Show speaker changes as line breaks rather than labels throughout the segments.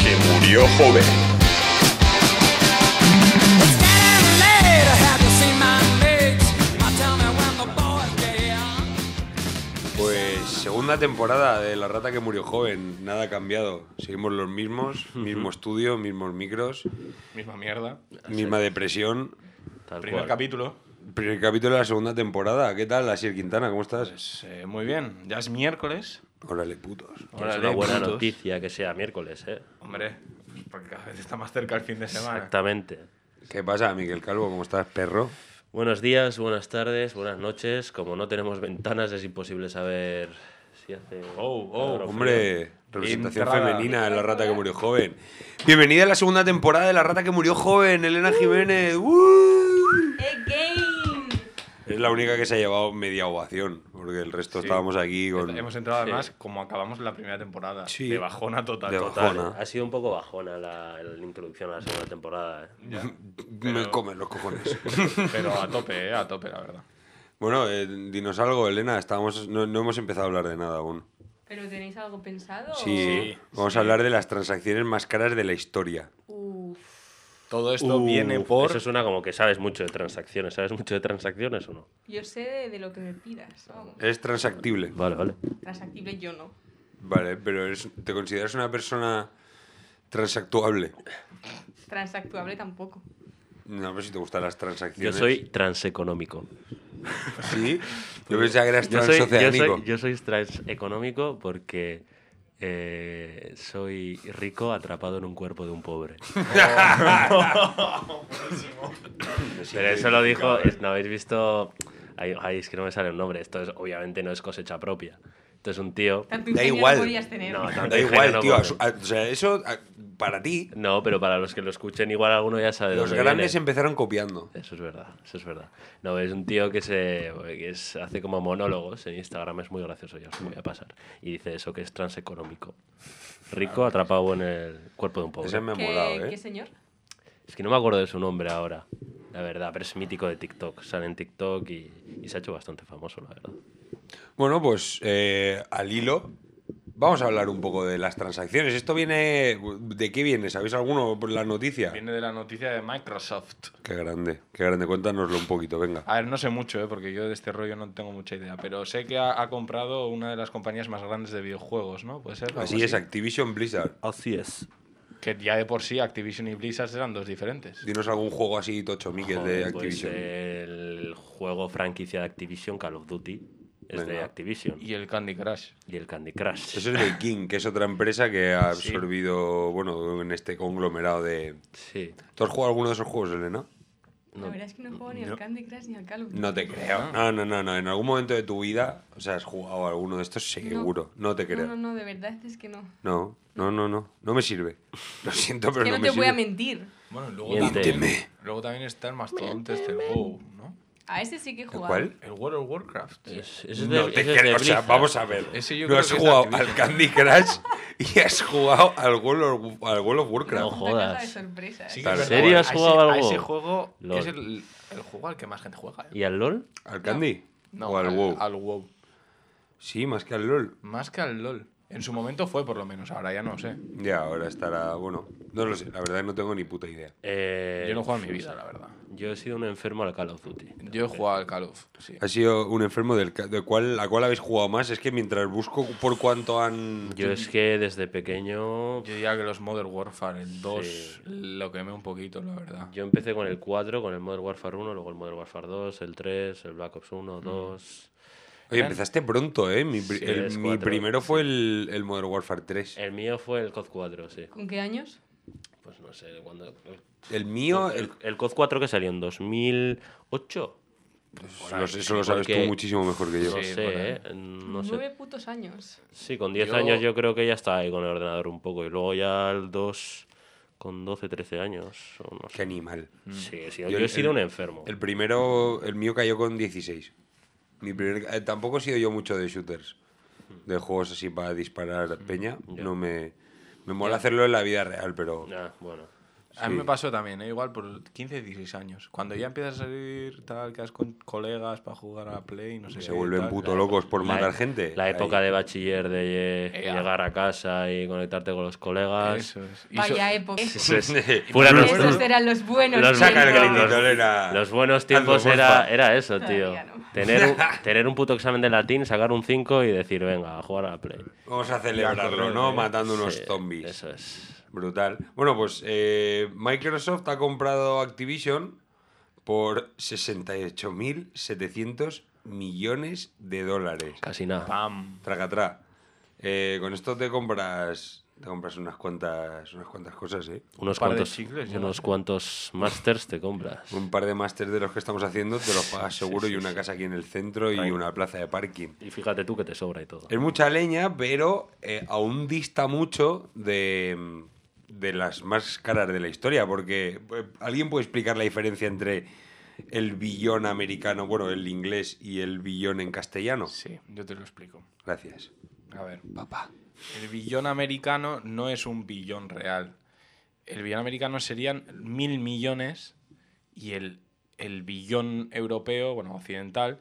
veo joven.
Pues segunda temporada de La Rata que murió joven, nada ha cambiado. Seguimos los mismos, mismo estudio, mismos micros,
Misma mierda.
misma depresión.
Tal
Primer
cual.
capítulo.
Primer capítulo de la segunda temporada. ¿Qué tal, Asier Quintana? ¿Cómo estás?
Pues, eh, muy bien. Ya es miércoles.
Órale, putos.
Que es
Órale,
una buena
putos.
noticia que sea miércoles, ¿eh?
Hombre, porque cada vez está más cerca el fin de semana.
Exactamente.
¿Qué pasa, Miguel Calvo? ¿Cómo estás, perro?
Buenos días, buenas tardes, buenas noches. Como no tenemos ventanas, es imposible saber si hace.
Oh, oh,
calor o frío.
Hombre, representación
Entrada.
femenina en La Rata que murió joven. Bienvenida a la segunda temporada de La Rata que murió joven, Elena Jiménez. ¡Uh!
¡Eh, Again.
Es la única que se ha llevado media ovación, porque el resto
Sí.
estábamos aquí con...
Hemos entrado
Sí.
además como acabamos la primera temporada.
Sí.
De bajona total.
De
total.
Total,
bajona.
ha sido un poco bajona la, la introducción a la segunda temporada. ¿eh?
Ya.
Me
Pero-
comen los cojones.
Pero a tope, eh, a tope, la verdad.
bueno, eh, dinos algo, Elena. Estábamos, no, no hemos empezado a hablar de nada aún.
¿Pero tenéis algo pensado?
Sí,
Sí,
vamos
sí.
a hablar de las transacciones más caras de la historia.
Uf,
Todo esto
Uf,
viene por.
Eso suena como que sabes mucho de transacciones. ¿Sabes mucho de transacciones o no?
yo sé de, de lo que me pidas. vamos.
Es transactible.
Vale, vale.
Transactible yo no.
Vale, pero eres- ¿te consideras una persona transactuable?
Transactuable tampoco.
No, pero si te gustan las
Yo
transacciones.
soy transeconómico.
Sí, yo pensaba que eras
Yo soy, yo,
transoceánico.
soy, yo soy transeconómico porque eh, soy rico atrapado en un cuerpo de un pobre. Pero eso lo dijo, es- no habéis visto. Ay, ay, es que no me sale el nombre. Esto es, obviamente no es cosecha propia. Esto es un tío.
Tanto
Da
ingenio
igual.
no podías tener.
No, tanto
Da
ingenio
igual,
no
tío.
corre.
a- o sea, eso a- para ti,
No, pero para los que lo escuchen, igual alguno ya sabe. de
los
dónde
grandes em-
viene.
empezaron copiando.
Eso es verdad, eso es verdad. No, es un tío que se que es- hace como monólogos en Instagram, es muy gracioso, ya os lo voy a pasar. Y dice eso, que es transeconómico. Rico atrapado en el cuerpo de un pobre.
Ah, Ese me ha
¿Qué,
molado,
qué
¿eh?
señor?
Es que no me acuerdo de su nombre ahora, la verdad, pero es mítico de TikTok. Sale en TikTok y, y se ha hecho bastante famoso, la verdad.
Bueno, pues eh, al hilo, vamos a hablar un poco de las transacciones. ¿Esto viene. ¿De qué viene? ¿Sabéis alguno por la noticia?
Viene de la noticia de Microsoft.
Qué grande, qué grande. Cuéntanoslo un poquito, venga.
A ver, no sé mucho, ¿eh? porque yo de este rollo no tengo mucha idea, pero sé que ha, ha comprado una de las compañías más grandes de videojuegos, ¿no? Puede ser. algo
Así es, Activision Blizzard.
Así es.
Que ya de por sí Activision y Blizzard eran dos diferentes.
Dinos algún juego así, Tocho Miquel, de
Pues
Activision.
el juego franquicia de Activision, Call of Duty, es de
Venga.
Activision.
Y el Candy Crush.
Y el Candy Crush.
Eso es de King, que es otra empresa que ha absorbido, bueno, en este conglomerado de.
Sí.
¿Tú has jugado alguno de esos juegos, Elena?
La verdad es que no juego ni al Candy Crush ni al Call of Duty.
No te creo. No, no, no, no. En algún momento de tu vida, o sea, has jugado a alguno de estos seguro. No, te creo.
No, no, no, de verdad es que no.
No, no, no, no. No me sirve. Lo siento, pero
que
no,
no,
me
te
sirve.
voy a mentir.
Bueno, luego
Miente.
Miénteme.
también, luego también está el mastodonte este, el WoW, ¿no?
A ese sí que he jugado.
¿Cuál?
El World of Warcraft.
Es, es de,
No te
ese es
creo,
de
o sea,
Blizzard.
vamos a ver.
Ese yo
No
creo
has
que es
jugado
Activision.
al Candy Crush y has jugado al World of, al World of Warcraft.
No,
Una caja de
Jodas.
sorpresas.
Sí que
¿En
es verdad.
serio has
A ese-
jugado al
A ese
WoW?
juego
Lol.
es el, el juego al que más gente juega. ¿eh?
¿Y al LOL?
¿Al Candy?
No,
¿O al, WoW?
Al WoW.
Sí, más que al LOL.
Más que al LOL. En su momento fue, por lo menos. Ahora ya no sé.
Ya, ahora estará. Bueno, no lo sé. La verdad no tengo ni puta idea.
Eh,
Yo no he jugado en mi vida, la verdad.
Yo he sido un enfermo al Call of Duty.
Yo he jugado al Call of. Sí.
Ha sido un enfermo del, ca- de cuál, a cuál habéis jugado más. Es que mientras busco por cuánto han.
Yo es que desde
Yo
pequeño.
diría que los Modern Warfare, el 2, lo quemé un poquito, la verdad.
Yo empecé con el 4, con el Modern Warfare 1, luego el Modern Warfare 2, el 3, el Black Ops 1, 2.
Oye, empezaste pronto, ¿eh? Mi, pri-
Sí, Eh,
el-
es
mi
cuatro.
primero fue el, el Modern Warfare 3.
El mío fue el COD 4, sí.
¿Con qué años?
Pues no sé, cuando.
El mío,
El,
el-
el COD 4 que salió en 2008.
no sé, eso Pues lo sabes
porque-
tú muchísimo mejor que yo.
no
Sí,
sé,
por ahí.
eh, No sé.
Nueve putos años.
Sí, con 10
Yo-
años yo creo que ya estaba ahí con el ordenador un poco. Y luego ya el 2 con 12, 13 años. O no
Qué
sé.
animal.
Sí, he sido-
Mm. Yo
yo,
el-
he sido
el-
un enfermo.
El primero, el mío cayó con 16. Mi primer- eh, tampoco he sido yo mucho de shooters, de juegos así Mm, para disparar peña. No me, me mola hacerlo en la vida real, pero
Ah, bueno.
A mí
Sí.
me pasó también, ¿eh? igual por 15, 16 años. Cuando ya empiezas a salir, tal, quedas con colegas para jugar a Play, no sé
Se
qué,
vuelven
tal.
puto locos por
La- e-
matar gente.
La época
Ahí.
de bachiller, de eh,
Ea.
llegar a casa y conectarte con los colegas.
Eso es. Y so-
Vaya época.
Eso es.
Y
Fueron los-
Esos eran los buenos.
Los-
Saca el
tiempos.
gritito, Elena.
Los buenos tiempos
Hazlo,
era,
porfa.
era eso, tío.
Todavía no.
Tener, un, tener un puto examen de latín, sacar un 5 y decir, venga, a jugar a la Play.
Vamos a celebrarlo,
correr,
¿no?
eh.
Matando unos
Sí,
zombies.
Eso es.
Brutal. Bueno, pues eh, Microsoft ha comprado Activision por 68.700 millones de dólares.
Casi nada.
Pam.
Tracatrá. Eh, con esto te compras te compras unas cuantas unas cuantas cosas, ¿eh?
Unos
par de
cuantos,
chicles, ya
unos
basta.
cuantos masters te compras.
Un par de máster de los que estamos haciendo te los pagas seguro
sí,
y una
sí.
casa aquí en el centro y una plaza de parking.
Y fíjate tú que te sobra y todo.
Es mucha leña, pero eh, aún dista mucho de, de las más caras de la historia, porque eh, ¿alguien puede explicar la diferencia entre el billón americano, bueno, el inglés y el billón en castellano?
Sí, yo te lo explico.
Gracias.
A ver,
Papá.
el billón americano no es un billón real. El billón americano serían mil millones y el, el billón europeo, bueno, occidental,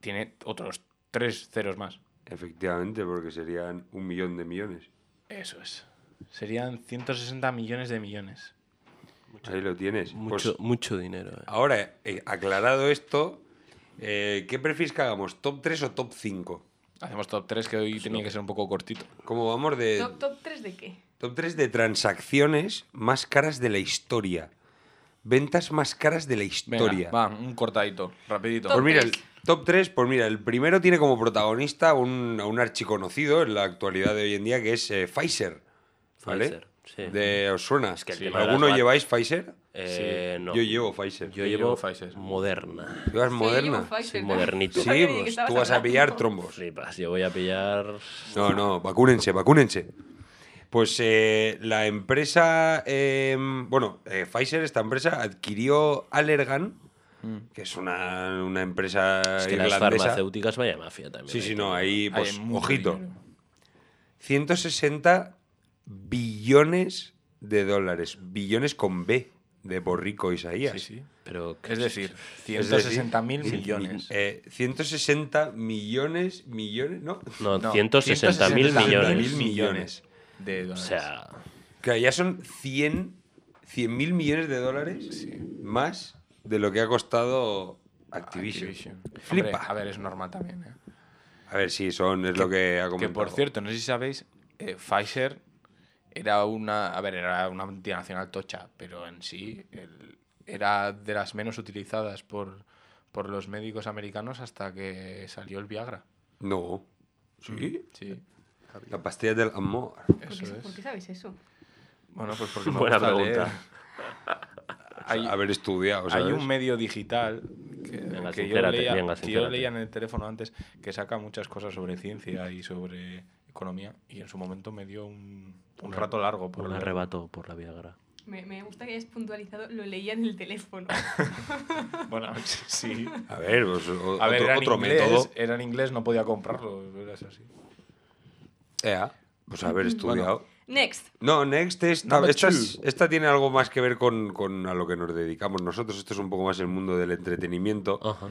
tiene otros tres ceros más.
Efectivamente, porque serían un millón de millones.
Eso es. Serían 160 millones de millones.
Ahí lo tienes. Pues
Mucho, mucho dinero. eh.
ahora, eh, aclarado esto, eh, ¿qué prefieres que hagamos? ¿Top 3 o top 5?
Hacemos top 3 que hoy tenía que ser un poco cortito.
¿Cómo vamos de...?
¿Top, top 3 de qué?
Top 3 de transacciones más caras de la historia. Ventas más caras de la
Venga,
historia.
va, un cortadito, rapidito.
Pues
Top
mira, el
tres.
top 3, pues mira, el primero tiene como protagonista a un, a un archiconocido en la actualidad de hoy en día que es eh, Pfizer. ¿Vale?
Pfizer, sí.
De, ¿Os suena?
que el
Sí.
tema de las
¿Alguno
va-
lleváis Pfizer?
Eh, no.
Yo llevo Pfizer.
Yo
Yo llevo
llevo
Pfizer.
Moderna.
¿Llevas moderna?
Sí,
Soy modernito.
Sí,
Sabía
pues tú vas a pillar trombos.
Flipas, yo voy a pillar.
No, no, vacúnense, vacúnense. Pues eh, la empresa, eh, bueno, eh, Pfizer, esta empresa adquirió Allergan,
Mm.
que es una, una empresa
Es que las
Eh, irlandesa.
farmacéuticas vaya mafia también. ¿eh?
Sí,
ahí
sí,
todo.
no, ahí, pues,
Hay mucho
ojito.
dinero.
160 billones de dólares. Billones con B, de borrico Isaías.
Sí, sí.
Pero
Es decir,
Es decir,
160 mil
sí,
millones.
eh, 160 millones, millones, ¿no?
No,
No,
160 mil
160.000
millones.
millones.
de
O
dólares.
sea,
Que ya son 100 mil millones de dólares más de lo que ha costado Activision. Flipa.
Ah, Hombre, a ver, es normal también. ¿eh?
A ver si son, es lo que ha
Que
comentado.
por cierto, no sé si sabéis, eh, Pfizer era una, a ver, era una multinacional tocha, pero en sí el- era de las menos utilizadas por, por los médicos americanos hasta que salió el Viagra.
No. ¿Sí?
Sí,
La pastilla del amor.
eso
¿Por qué, por
es.
qué sabéis eso?
Bueno, pues porque me
Buena
gusta
pregunta.
leer. Hay,
Haber estudiado,
hay
¿sabes?
un medio digital que,
Venga,
que yo,
sincérate,
leía,
venga,
que yo
sincérate.
leía en el teléfono antes que saca muchas cosas sobre ciencia y sobre economía y en su momento me dio un, un rato largo. Por
un
leer.
arrebato por la Viagra.
Me, me gusta que hayas puntualizado, lo leía en el teléfono.
Bueno, sí.
A ver, pues, o-
A ver,
otro,
era en
otro
inglés,
método.
Era en inglés, no podía comprarlo. Era así.
Ea, Pues haber estudiado.
Next.
No, Next es- esta,
Number
esta
two.
es- esta tiene algo más que ver con, con a lo que nos dedicamos nosotros. Esto es un poco más el mundo del entretenimiento.
Ajá.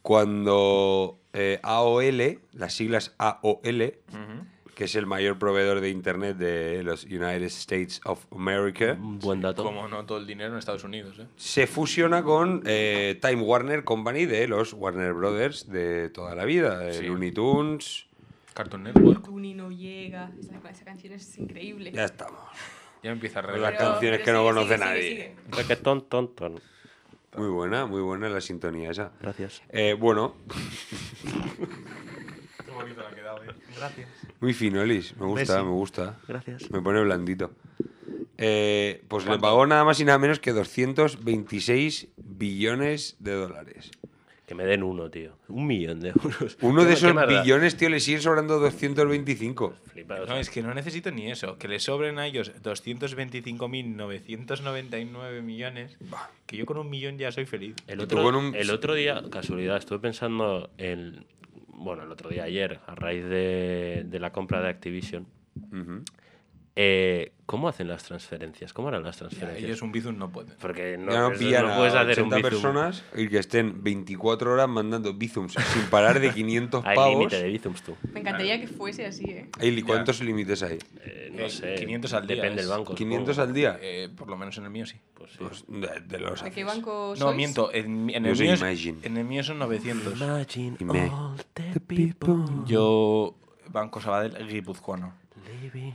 Cuando eh, AOL, las siglas AOL, que es el mayor proveedor de Internet de los United States of America,
Un buen dato.
Como no todo el dinero en Estados Unidos. ¿eh?
se fusiona con eh, Time Warner Company de los Warner Brothers de toda la vida, de
Sí.
Looney Tunes.
Cartoon Network.
Tuni no llega. Esa, esa canción es increíble.
Ya estamos.
Ya empieza a
Las
revelar.
Pero-
canciones
pero
que no
sigue,
conoce
sigue, sigue,
nadie.
sigue.
Reggaetón, ton, ton.
Muy buena, muy buena la sintonía esa.
Gracias.
Eh, bueno,
Gracias.
muy finolis, me gusta,
Messi.
me gusta.
Gracias.
Me pone blandito. Eh, pues le pagó nada más y nada menos que 226 billones de dólares.
Que me den uno, tío. Un millón de euros.
Uno de
¿Qué- qué
esos
más da?
billones, tío, le siguen sobrando 225.
Flipa, o
No,
sea,
es que no necesito ni eso. Que le sobren a ellos 225.999 millones. Que yo con un millón ya soy feliz.
El
Y
otro,
tuvo en un-
el otro día, casualidad, estuve pensando en. Bueno, el otro día ayer, a raíz de, de la compra de Activision, Eh, ¿Cómo hacen las transferencias? ¿Cómo harán las
Ya,
transferencias?
ellos un bizum no pueden.
Porque no,
Ya no
eso
pillan
no
a
puedes hacer un
80
bizum.
personas y que estén 24 horas mandando bizums sin parar de 500
Hay
pavos.
límite de bizums tú.
Me encantaría que fuese así, ¿eh?
Hay li- ¿Cuántos límites hay?
Eh, no
Eh,
sé.
500 al día
Depende
es.
del banco.
500
supongo.
al día.
Eh, por lo menos en el mío sí.
Pues sí.
Pues de, de los
¿De qué
haces.
banco
No,
sois?
miento. En, en
Yo
el
soy
mío es-
Imagine.
en el mío son 900.
Imagine
Ima-
all the people
Yo, Banco Sabadell, guipuzcoano.
living in-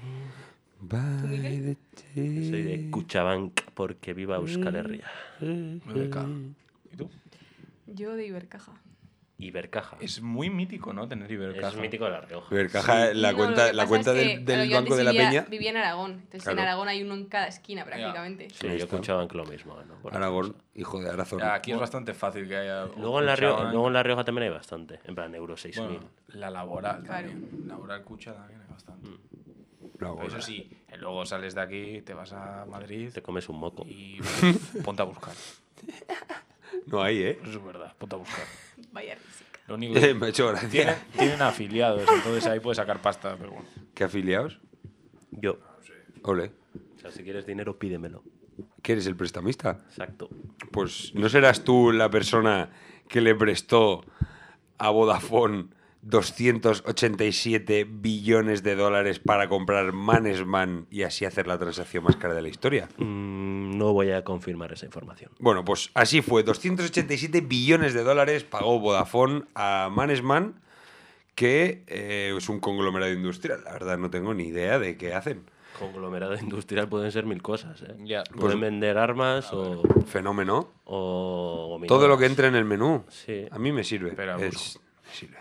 By the
Soy de Cuchabank porque viva
Eh.
Euskal Herria.
BBK. ¿Y tú?
Yo de Ibercaja.
Ibercaja. Es,
Es muy mítico, ¿no? Tener Ibercaja.
mítico de La Rioja.
Caja, la
No, lo
cuenta,
que
la
pasa
cuenta
es que,
del,
claro,
del
yo antes
Banco de la
vivía-
Peña.
Vivía en Aragón. Entonces
Claro.
en Aragón hay uno en cada esquina prácticamente.
Sí,
Ahí
yo
está.
Cuchabank lo mismo. ¿no? Por
Aragón, hijo de Arazón.
Ya, Aquí es bastante fácil que haya.
ejemplo. Luego en, la
Cucha,
Rioja, luego en La Rioja también hay bastante. En plan, euro 6.000.
¿eh? Bueno, la laboral.
Claro.
También. Laboral cucha también hay bastante.
La
Pero
gorda.
eso sí, eh, luego sales de aquí, te vas a Madrid
Te comes un moco.
y ponte a buscar.
No hay, ¿eh?
Eso pues, es verdad, ponte a buscar.
Vaya risica.
Lo único que
Me ha hecho gracia.
tienen afiliados, entonces ahí puedes sacar pasta, pero bueno.
¿Qué afiliados?
Yo.
Ole.
O sea, si quieres dinero, pídemelo.
¿Que eres el prestamista?
Exacto.
Pues no serás tú la persona que le prestó a Vodafone 287 billones de dólares para comprar Manesman y así hacer la transacción más cara de la historia.
Mm, no voy a confirmar esa información.
Bueno, pues así fue. 287 billones de dólares pagó Vodafone a Manesman, que eh, es un conglomerado industrial. La verdad no tengo ni idea de qué hacen.
Conglomerado industrial pueden ser mil cosas. ¿eh?
Ya. Pues,
Pueden vender armas o,
Fenómeno.
o gominolas.
Todo lo que entre en el menú.
Sí.
A mí me sirve.
Espera,
Es-
busco.
me sirve.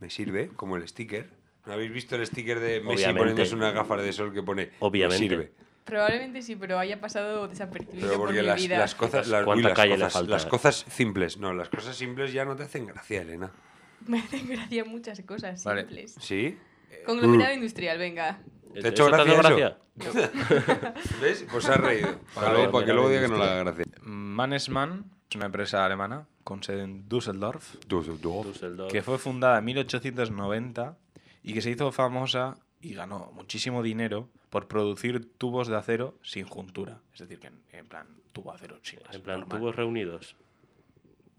Me sirve como el sticker. ¿No habéis visto el sticker de Messi
Obviamente.
poniéndose una gafa de sol que pone
Obviamente.
me sirve?
Probablemente sí, pero haya pasado desapercibido
Pero
por
porque
mi
las,
vida.
las cosas, las,
¿Cuánta
las
calle le
cosas,
falta?
las cosas simples, no, las cosas simples ya no te hacen gracia, Elena.
Me hacen gracia muchas cosas
Vale.
simples.
¿Sí?
Conglomerado industrial, venga.
¿Te ha hecho
¿Eso hace
gracia eso?
No.
¿Ves? Pues has reído. Para,
Vale,
luego- para que
mira,
luego
la
diga que no le haga gracia.
Mannesmann es una empresa alemana con sede en Düsseldorf
Tú, tú, tú.
Düsseldorf.
que fue fundada en 1890 y que se hizo famosa y ganó muchísimo dinero por producir tubos de acero sin juntura. Es decir, que en, en plan tubo de acero sin más,
En plan,
normal.
tubos reunidos.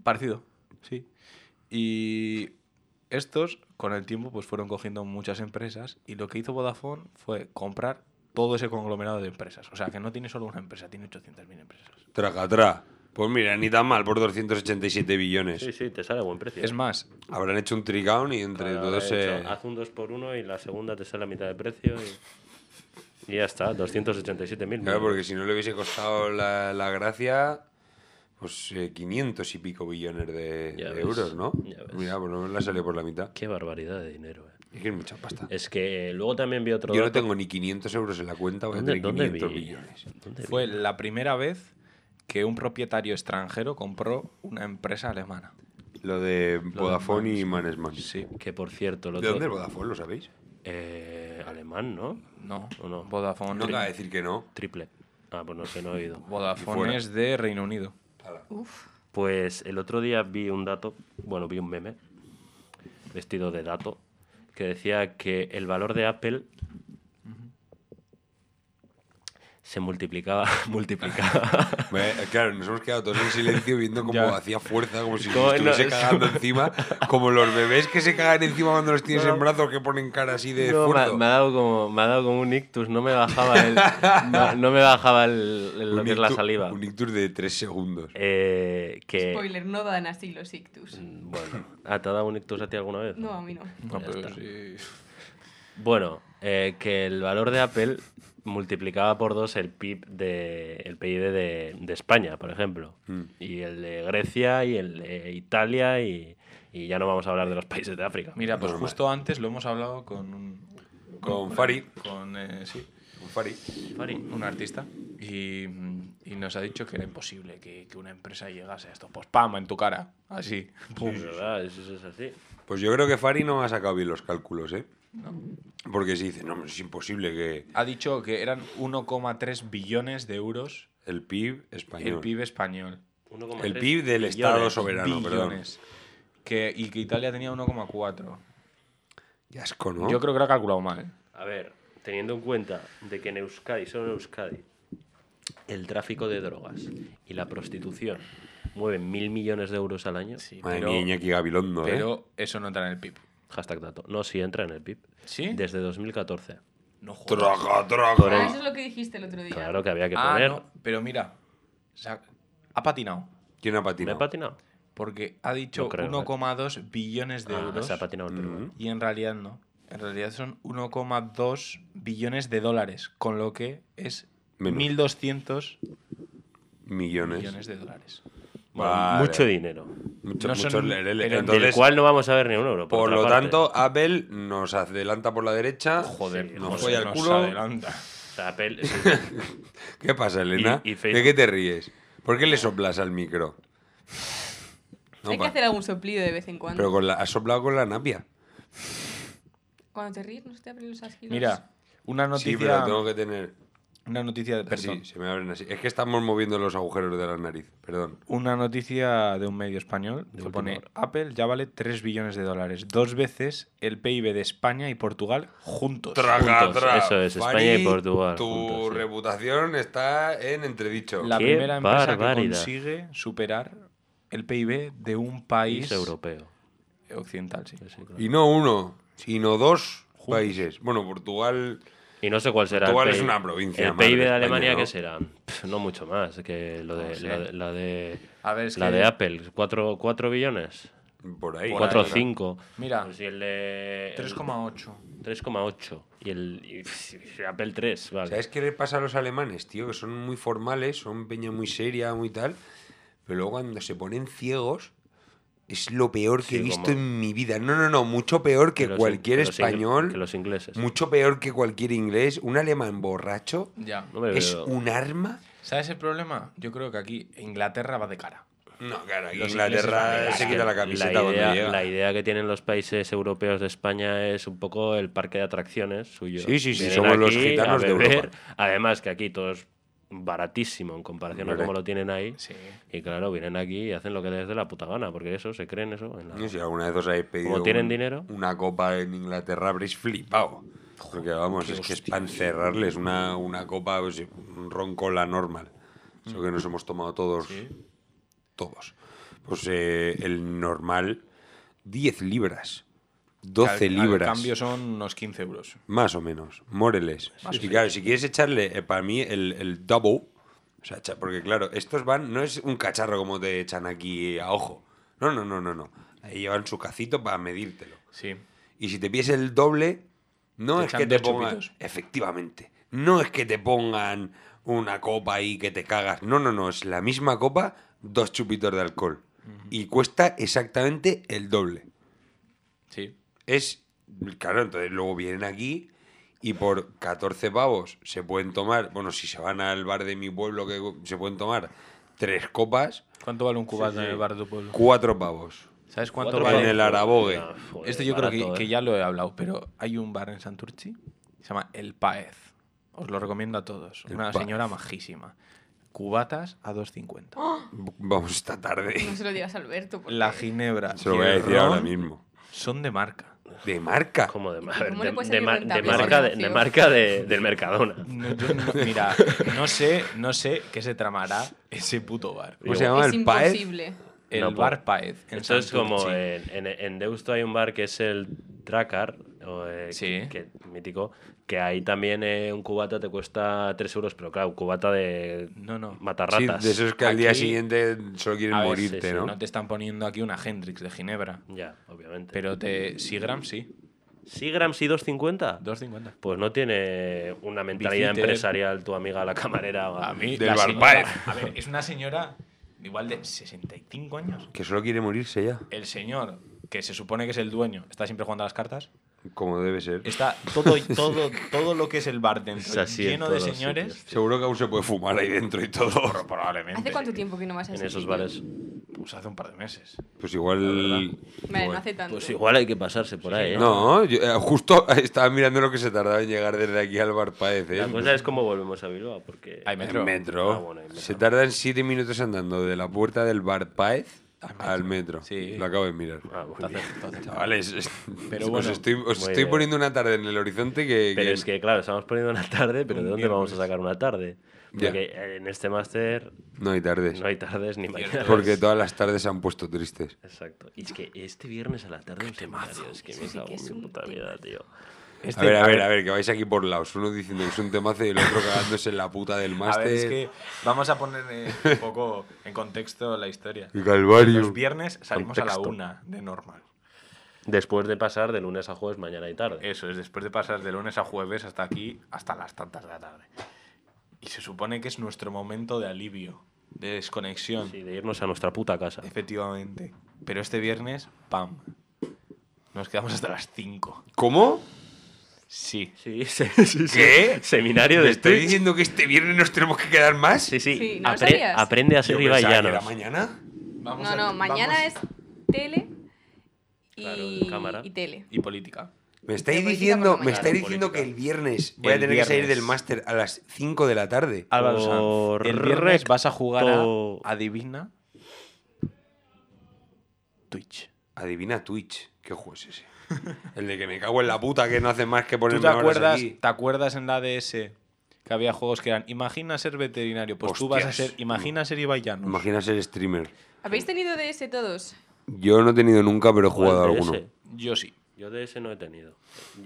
Parecido, sí. Y estos, con el tiempo, pues fueron cogiendo muchas empresas y lo que hizo Vodafone fue comprar todo ese conglomerado de empresas. O sea, que no tiene solo una empresa, tiene 800.000 empresas.
Traca, tra. Pues mira, ni tan mal por 287 billones.
Sí, sí, te sale a buen precio.
Es más,
Habrán hecho un trigown y entre eh,
Claro,
todos
de hecho,
se...
Haz un 2x1 y la segunda te sale a mitad de precio. y- Y, ya está, 287.000.
Claro, porque si no le hubiese costado la, la gracia, pues eh, 500 y pico billones de,
Ya
de
ves,
euros, ¿no?
ya ves.
Mira, por lo menos la salió por la mitad.
Qué barbaridad de dinero. eh.
Es que es mucha pasta.
Es que eh, luego también vi otro.
Yo no
dato.
tengo ni 500 euros en la cuenta, voy a
¿Dónde,
tener
dónde
500
vi?
billones.
¿Dónde vi?
fue la primera vez que un propietario extranjero compró una empresa alemana.
Lo de Vodafone y Manesman.
Sí,
Que por cierto, el
¿De
otro-
dónde es Vodafone? ¿Lo sabéis?
Eh, alemán, ¿no?
no,
¿O no?
Vodafone,
No cabe decir que no.
Triple. Ah, pues no sé, no he oído.
Vodafone
Y fuera.
es de Reino Unido.
Uf,
Pues el otro día vi un dato, bueno, vi un meme vestido de dato que decía que el valor de Apple se multiplicaba, multiplicaba.
Ve, eh, Claro, nos hemos quedado todos en silencio viendo cómo
Ya.
hacía fuerza, como si
Como
se estuviese
no-
cagando encima, como los bebés que se cagan encima cuando los tienes en brazos, que ponen cara así de
No, me,
esfuerzo.
me ha dado como, me ha dado como un ictus, no me bajaba el, no, no me bajaba el, el- lo
Un
que es la
ictu-
saliva.
Un ictus de 3 segundos.
Eh, que
spoiler, no dan así los ictus.
bueno, ¿ah, ¿te ha dado un ictus a ti alguna vez?
No, a mí no.
No,
Ya
pero
está.
sí.
Pues
Bueno, eh, que el valor de Apple multiplicaba por dos el PIB de, el PIB de, de España, por ejemplo.
Mm.
Y el de Grecia y el de Italia y, y ya no vamos a hablar de los países de África.
Mira, pues
Normal.
justo antes lo hemos hablado con un...
Con Fari.
Con, eh, sí,
Un Fari.
Fari.
un artista y, y nos ha dicho que era imposible que, que una empresa llegase a esto. Pues pam, en tu cara, así. Pum.
Es verdad, eso eso es así.
Pues yo creo que Fari no me ha sacado bien los cálculos, ¿eh?
No.
Porque si dice, no, hombre, es imposible que
Ha dicho que eran 1,3 billones de euros
el PIB español.
el PIB español.
1,3
El PIB del
billones.
Estado soberano, perdón.
billones. Que, y que Italia tenía 1,4.
Qué asco, ¿no?
Yo creo que lo ha calculado mal. ¿eh?
A ver, teniendo en cuenta de que en Euskadi, solo en Euskadi, el tráfico de drogas y la prostitución mueven mil millones de euros al año,
Sí,
Madre
pero,
mía, Iñaki Gabilondo, ¿eh?
pero eso no entra en el PIB.
hashtag dato, no, si entra en el PIB,
¿Sí?
desde 2014.
No
Traga,
jodas.
Por
Ah,
el-
traga.
eso es lo que dijiste el otro día.
Claro que había que
Ah,
poner.
no, pero mira, se ha, ha patinado.
¿Quién ha
¿Me
patinado?
he patinado?
Porque ha dicho
No creo, ¿eh?
1,2 billones de
Ah,
euros.
se ha patinado el Perú.
Mm.
Y en realidad no. En realidad son 1,2 billones de dólares, con lo que es
Menos.
1.200
Millones.
millones de dólares.
Bueno,
Vale.
Mucho dinero.
Mucho-
No son-
muchos lereles.
pero
del
Entonces,
cual no vamos a ver ni un euro.
por,
otra
lo
parte.
tanto, Apple nos adelanta por la derecha.
Joder,
nos
José
fue al
pues nos
culo.
adelanta.
O sea, Apple-
¿Qué pasa, Elena?
Y- y Facebook.
¿De qué te ríes? ¿Por qué le soplas al micro? No,
Hay que
pa-
hacer algún soplido de vez en cuando.
Pero con la, has soplado con la napia.
Cuando te ríes, no se te abren los asquilos.
Mira, una noticia,
Sí, pero tengo que tener.
una noticia de perdón,
Así, se me abren así. Es que estamos moviendo los agujeros de la nariz, perdón.
Una noticia de un medio español
De
que
última
pone
hora.
Apple ya vale 3 billones de dólares, dos veces el PIB de España y Portugal juntos.
Juntos, eso es, España y Portugal,
Tu
juntos, sí.
reputación está en entredicho.
La
Qué
primera empresa que
barbaridad.
consigue superar el PIB de un
país
país
europeo.
occidental, sí.
Sí, sí, claro.
Y no uno, sino dos países. Bueno, Portugal.
Y no sé cuál será.
Portugal es
PIB.
una provincia,
El
madre
PIB de
España,
Alemania,
¿no?
¿qué será? Pff, no mucho más que lo de,
No sé.
la, de- la de.
A ver, es
la
que-
de Apple, 4, billones.
Por ahí.
Por
4 o
ahí.
5.
Mira,
Pues y el de. el
3,8.
3,8. Y el. y- y Apple 3, vale.
¿Sabes qué le pasa a los alemanes, tío? Que son muy formales, son peña muy seria, muy tal. Pero luego cuando se ponen ciegos, es lo peor que
Sí,
he visto
como-
en mi vida. No, no, no, mucho peor que,
los in-
cualquier
que los ingl-
español.
Que los ingleses.
Mucho peor que cualquier inglés. Un alemán borracho
Ya.
Hombre,
es
pero-
un arma.
¿Sabes el problema? Yo creo que aquí Inglaterra va de cara.
No, cara, aquí
Los ingleses
Inglaterra
van a
se
llegar.
quita la camiseta
la
cuando
idea,
llega.
la idea que tienen los países europeos de España es un poco el parque de atracciones suyo.
Sí, sí, sí,
Vienen
somos los
aquí a
gitanos de
beber.
Europa.
Además que aquí todo es baratísimo en comparación a
Hombre.
cómo lo tienen ahí.
Sí.
Y claro, vienen aquí y hacen lo que les dé la puta gana, porque eso, se creen eso. en la-
No sé, alguna vez os habéis pedido
Como tienen
un-
dinero.
una copa en Inglaterra, habréis flipado. Porque vamos, es que es para encerrarles una, una copa, pues, un ron con la normal. Eso que nos hemos tomado todos. Todos. Pues eh, el normal, 10 libras, 12
Al- al
libras.
cambio son unos 15 euros.
Más o menos. Moreles. y claro, si quieres echarle, eh, para mí, el, el double. O sea, echa- porque claro, estos van, no es un cacharro como te echan aquí a ojo. No, no, no, no, no. Ahí llevan su cacito para medírtelo.
Sí.
Y si te pides el doble, no
Te
es
echan
que te
dos
pongan.
chupitos.
Efectivamente. No es que te pongan una copa ahí que te cagas. No, no, no. Es la misma copa, dos chupitos de alcohol. Y cuesta exactamente el doble
Sí.
es claro, entonces luego vienen aquí y por 14 pavos se pueden tomar, bueno, si se van al bar de mi pueblo que se pueden tomar tres copas,
¿Cuánto vale un cubata en el bar de tu pueblo?
cuatro pavos.
¿Sabes cuánto
Cuatro
vale?
vale?
En el Arabogue.
Ah, joder,
Esto Este yo creo
barato,
que,
¿eh?
que ya lo he hablado, pero hay un bar en Santurchi, se llama El Paez. Os lo recomiendo a todos.
El
Una
Paez.
señora majísima. Cubatas a 2.50.
Vamos esta
No
tarde.
se lo digas a Alberto. porque-
La ginebra
Se lo
y
voy a
el
decir ahora
ron
mismo.
son de marca.
De marca.
Como de,
¿Y cómo le
de-
puede
de
salir
mar- de
rentable ese
marca, de, de
negocio?
marca de- del Mercadona.
No, yo no- mira, no sé, no sé qué se tramará ese puto bar.
¿Cómo se llama
es
el paez?
imposible.
El
No, pues,
bar Paez. en
Esto es como eh,
Santurtzi.
en, en, en Deusto hay un bar que es el Tracar, o, eh,
Sí.
que, mítico, que ahí también eh, un cubata te cuesta 3 euros, pero claro, un cubata de
No, no.
Sí,
matarratas.
de esos que al día
Aquí-
siguiente solo quieren
A ver,
morirte,
sí, sí,
¿no?
No te están poniendo aquí una Hendrix de Ginebra.
Ya, obviamente.
Pero te. Sigram sí.
¿Sigrams y 250?
2.50.
Pues no tiene una mentalidad
Biciter.
empresarial tu amiga la camarera. o-
A mí.
Del
la
Bar
señora-
Paez.
A ver, es una señora igual de 65 años.
Que solo quiere morirse ya,
El señor, que se supone que es el dueño, está siempre jugando a las cartas.
como debe ser.
Está todo, todo, todo lo que es el bar dentro
Es así en
lleno de
todos los
señores.
sitios.
Seguro que aún se puede fumar ahí dentro y todo.
Probablemente.
¿Hace cuánto tiempo que no vas a
En
ese
esos
sitio?
bares.
Pues hace un par de meses.
Pues igual...
Vale, no
igual.
hace tanto.
Pues igual hay que pasarse por ahí. ¿eh?
No, yo, eh, justo estaba mirando lo que se tardaba en llegar desde aquí al Bar Paez, ¿eh?
La cosa es cómo volvemos a Bilbao, porque
Hay
En metro.
Ah, bueno, en metro.
Se tardan siete minutos andando de la puerta del Bar Paez al metro.
Sí.
Lo acabo de mirar.
Ah, muy bien.
Chavales, es-
Pero
os
bueno,
estoy, os
muy
estoy
bien.
poniendo una tarde en el horizonte que...
Pero
que-
es que, claro, estamos poniendo una tarde, pero
Un
¿de dónde vamos a
miércoles.
sacar una tarde?
Ya.
Porque eh, en este máster
No hay tardes.
no hay tardes ni
Cierto.
mañana.
Porque todas las tardes se han puesto tristes.
Exacto. Y es que este viernes a la tarde un seminario. Es que
Sí,
me
sí,
cago
que es
en mi
un
puta vida, tío.
Este-
a ver, a ver, a ver, que vais aquí por lados. Uno diciendo que es un temazo y el otro cagándose en la puta del
A
máster.
ver, es que vamos a poner eh, un poco en contexto la historia.
¡Qué calvario!
Los viernes salimos a la
Contexto.
una de normal.
Después de pasar de lunes a jueves, mañana y tarde.
Eh,
Eso es, después de pasar de lunes a jueves hasta aquí, hasta las tantas de la tarde. Y se supone que es nuestro momento de alivio, de desconexión.
Sí, de irnos a nuestra puta casa.
eh.
Efectivamente. Pero este viernes, pam. Nos quedamos hasta las 5.
¿Cómo?
Sí.
Sí, sí, sí, sí.
¿Qué?
Seminario
¿Me
de
estoy
Twitch.
diciendo que este viernes nos tenemos que quedar más?
Sí, sí.
Sí, ¿no lo
Apre-
sabías?
aprende a
Yo
ser Ibai
pensaba que era
Llanos.
mañana.
Vamos
No,
a-
no, mañana
vamos-
es tele y,
Claro, cámara.
y tele.
Y política.
Me estáis
política
diciendo,
por la
me
mañana.
estáis
Claro,
diciendo que
política.
el viernes voy a
El
tener que salir
viernes.
del máster a las 5 de la tarde.
Álvaro Sanz, el viernes
Correcto.
vas a jugar a Adivina Twitch.
Adivina Twitch. ¿Qué juego es ese? El de que me cago en la puta que no hace más que
¿Tú
ponerme
te
horas
acuerdas,
aquí.
te acuerdas en la DS que había juegos que eran Imagina ser veterinario? Pues tú vas a
Hostias.
ser Imagina ser Ibai Llanos.
Imagina ser streamer.
¿Habéis tenido DS todos?
Yo no he tenido nunca, pero he jugado a
¿Cuál de
alguno.
ese?
Yo sí.
Yo de ese no he tenido.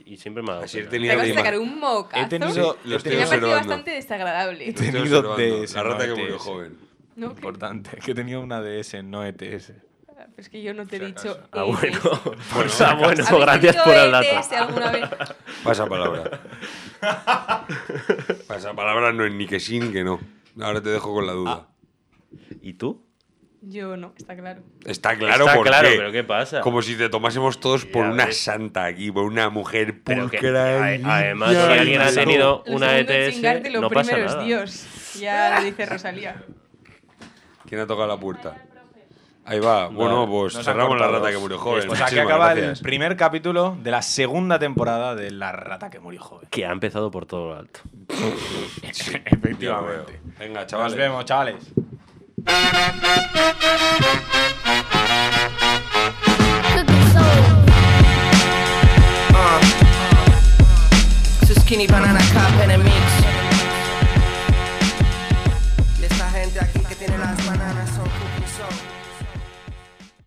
Y y siempre me ha dado
Así he
pena.
tenido-
Te acabas de
Lima.
sacar un mocazo.
He tenido-
Sí, lo
he
estoy
que me ha
tenido-
parecido
observando.
bastante desagradable.
He tenido
Estoy observando.
DS,
La rata
no
que murió
ETS.
joven.
No, que-
Importante, que he tenido una DS, no E ETS.
pero es que yo no te he
Si
dicho. E
acaso.
Ah,
ETS.
bueno.
Bueno,
Pues, ah, bueno,
¿Habéis
gracias
tenido
por el
ETS
dato.
E alguna vez?
Pasa palabra. Pasa palabra no es ni que sin que no. Ahora te dejo con la
Ah.
duda.
¿Y tú?
Yo no, está claro.
Está claro
Está
por
claro,
qué.
pero ¿qué pasa?
Como si te tomásemos todos por
Ya
una
ves.
santa aquí, por una mujer
Pero que,
pulcra.
a-
y
además, si
limpia.
alguien ha tenido
Lo
una
segundo es
ETS,
chingarte y lo
no pasa
primero
nada.
es Dios. Ya lo dice Rosalía.
¿Quién ha tocado la puerta? Ahí va. bueno, pues
Nos han
cerramos la
cortado.
rata que murió joven.
O sea, que
Muchísimas
acaba
gracias.
el primer capítulo de la segunda temporada de La rata que murió joven.
Que ha empezado por todo lo alto.
Ya veo.
Efectivamente.
Venga,
Nos
chavales.
vemos, chavales.
Cooking soul.
Su skinny banana cup en el mix. Y esta gente aquí que tiene las bananas son cooking soul.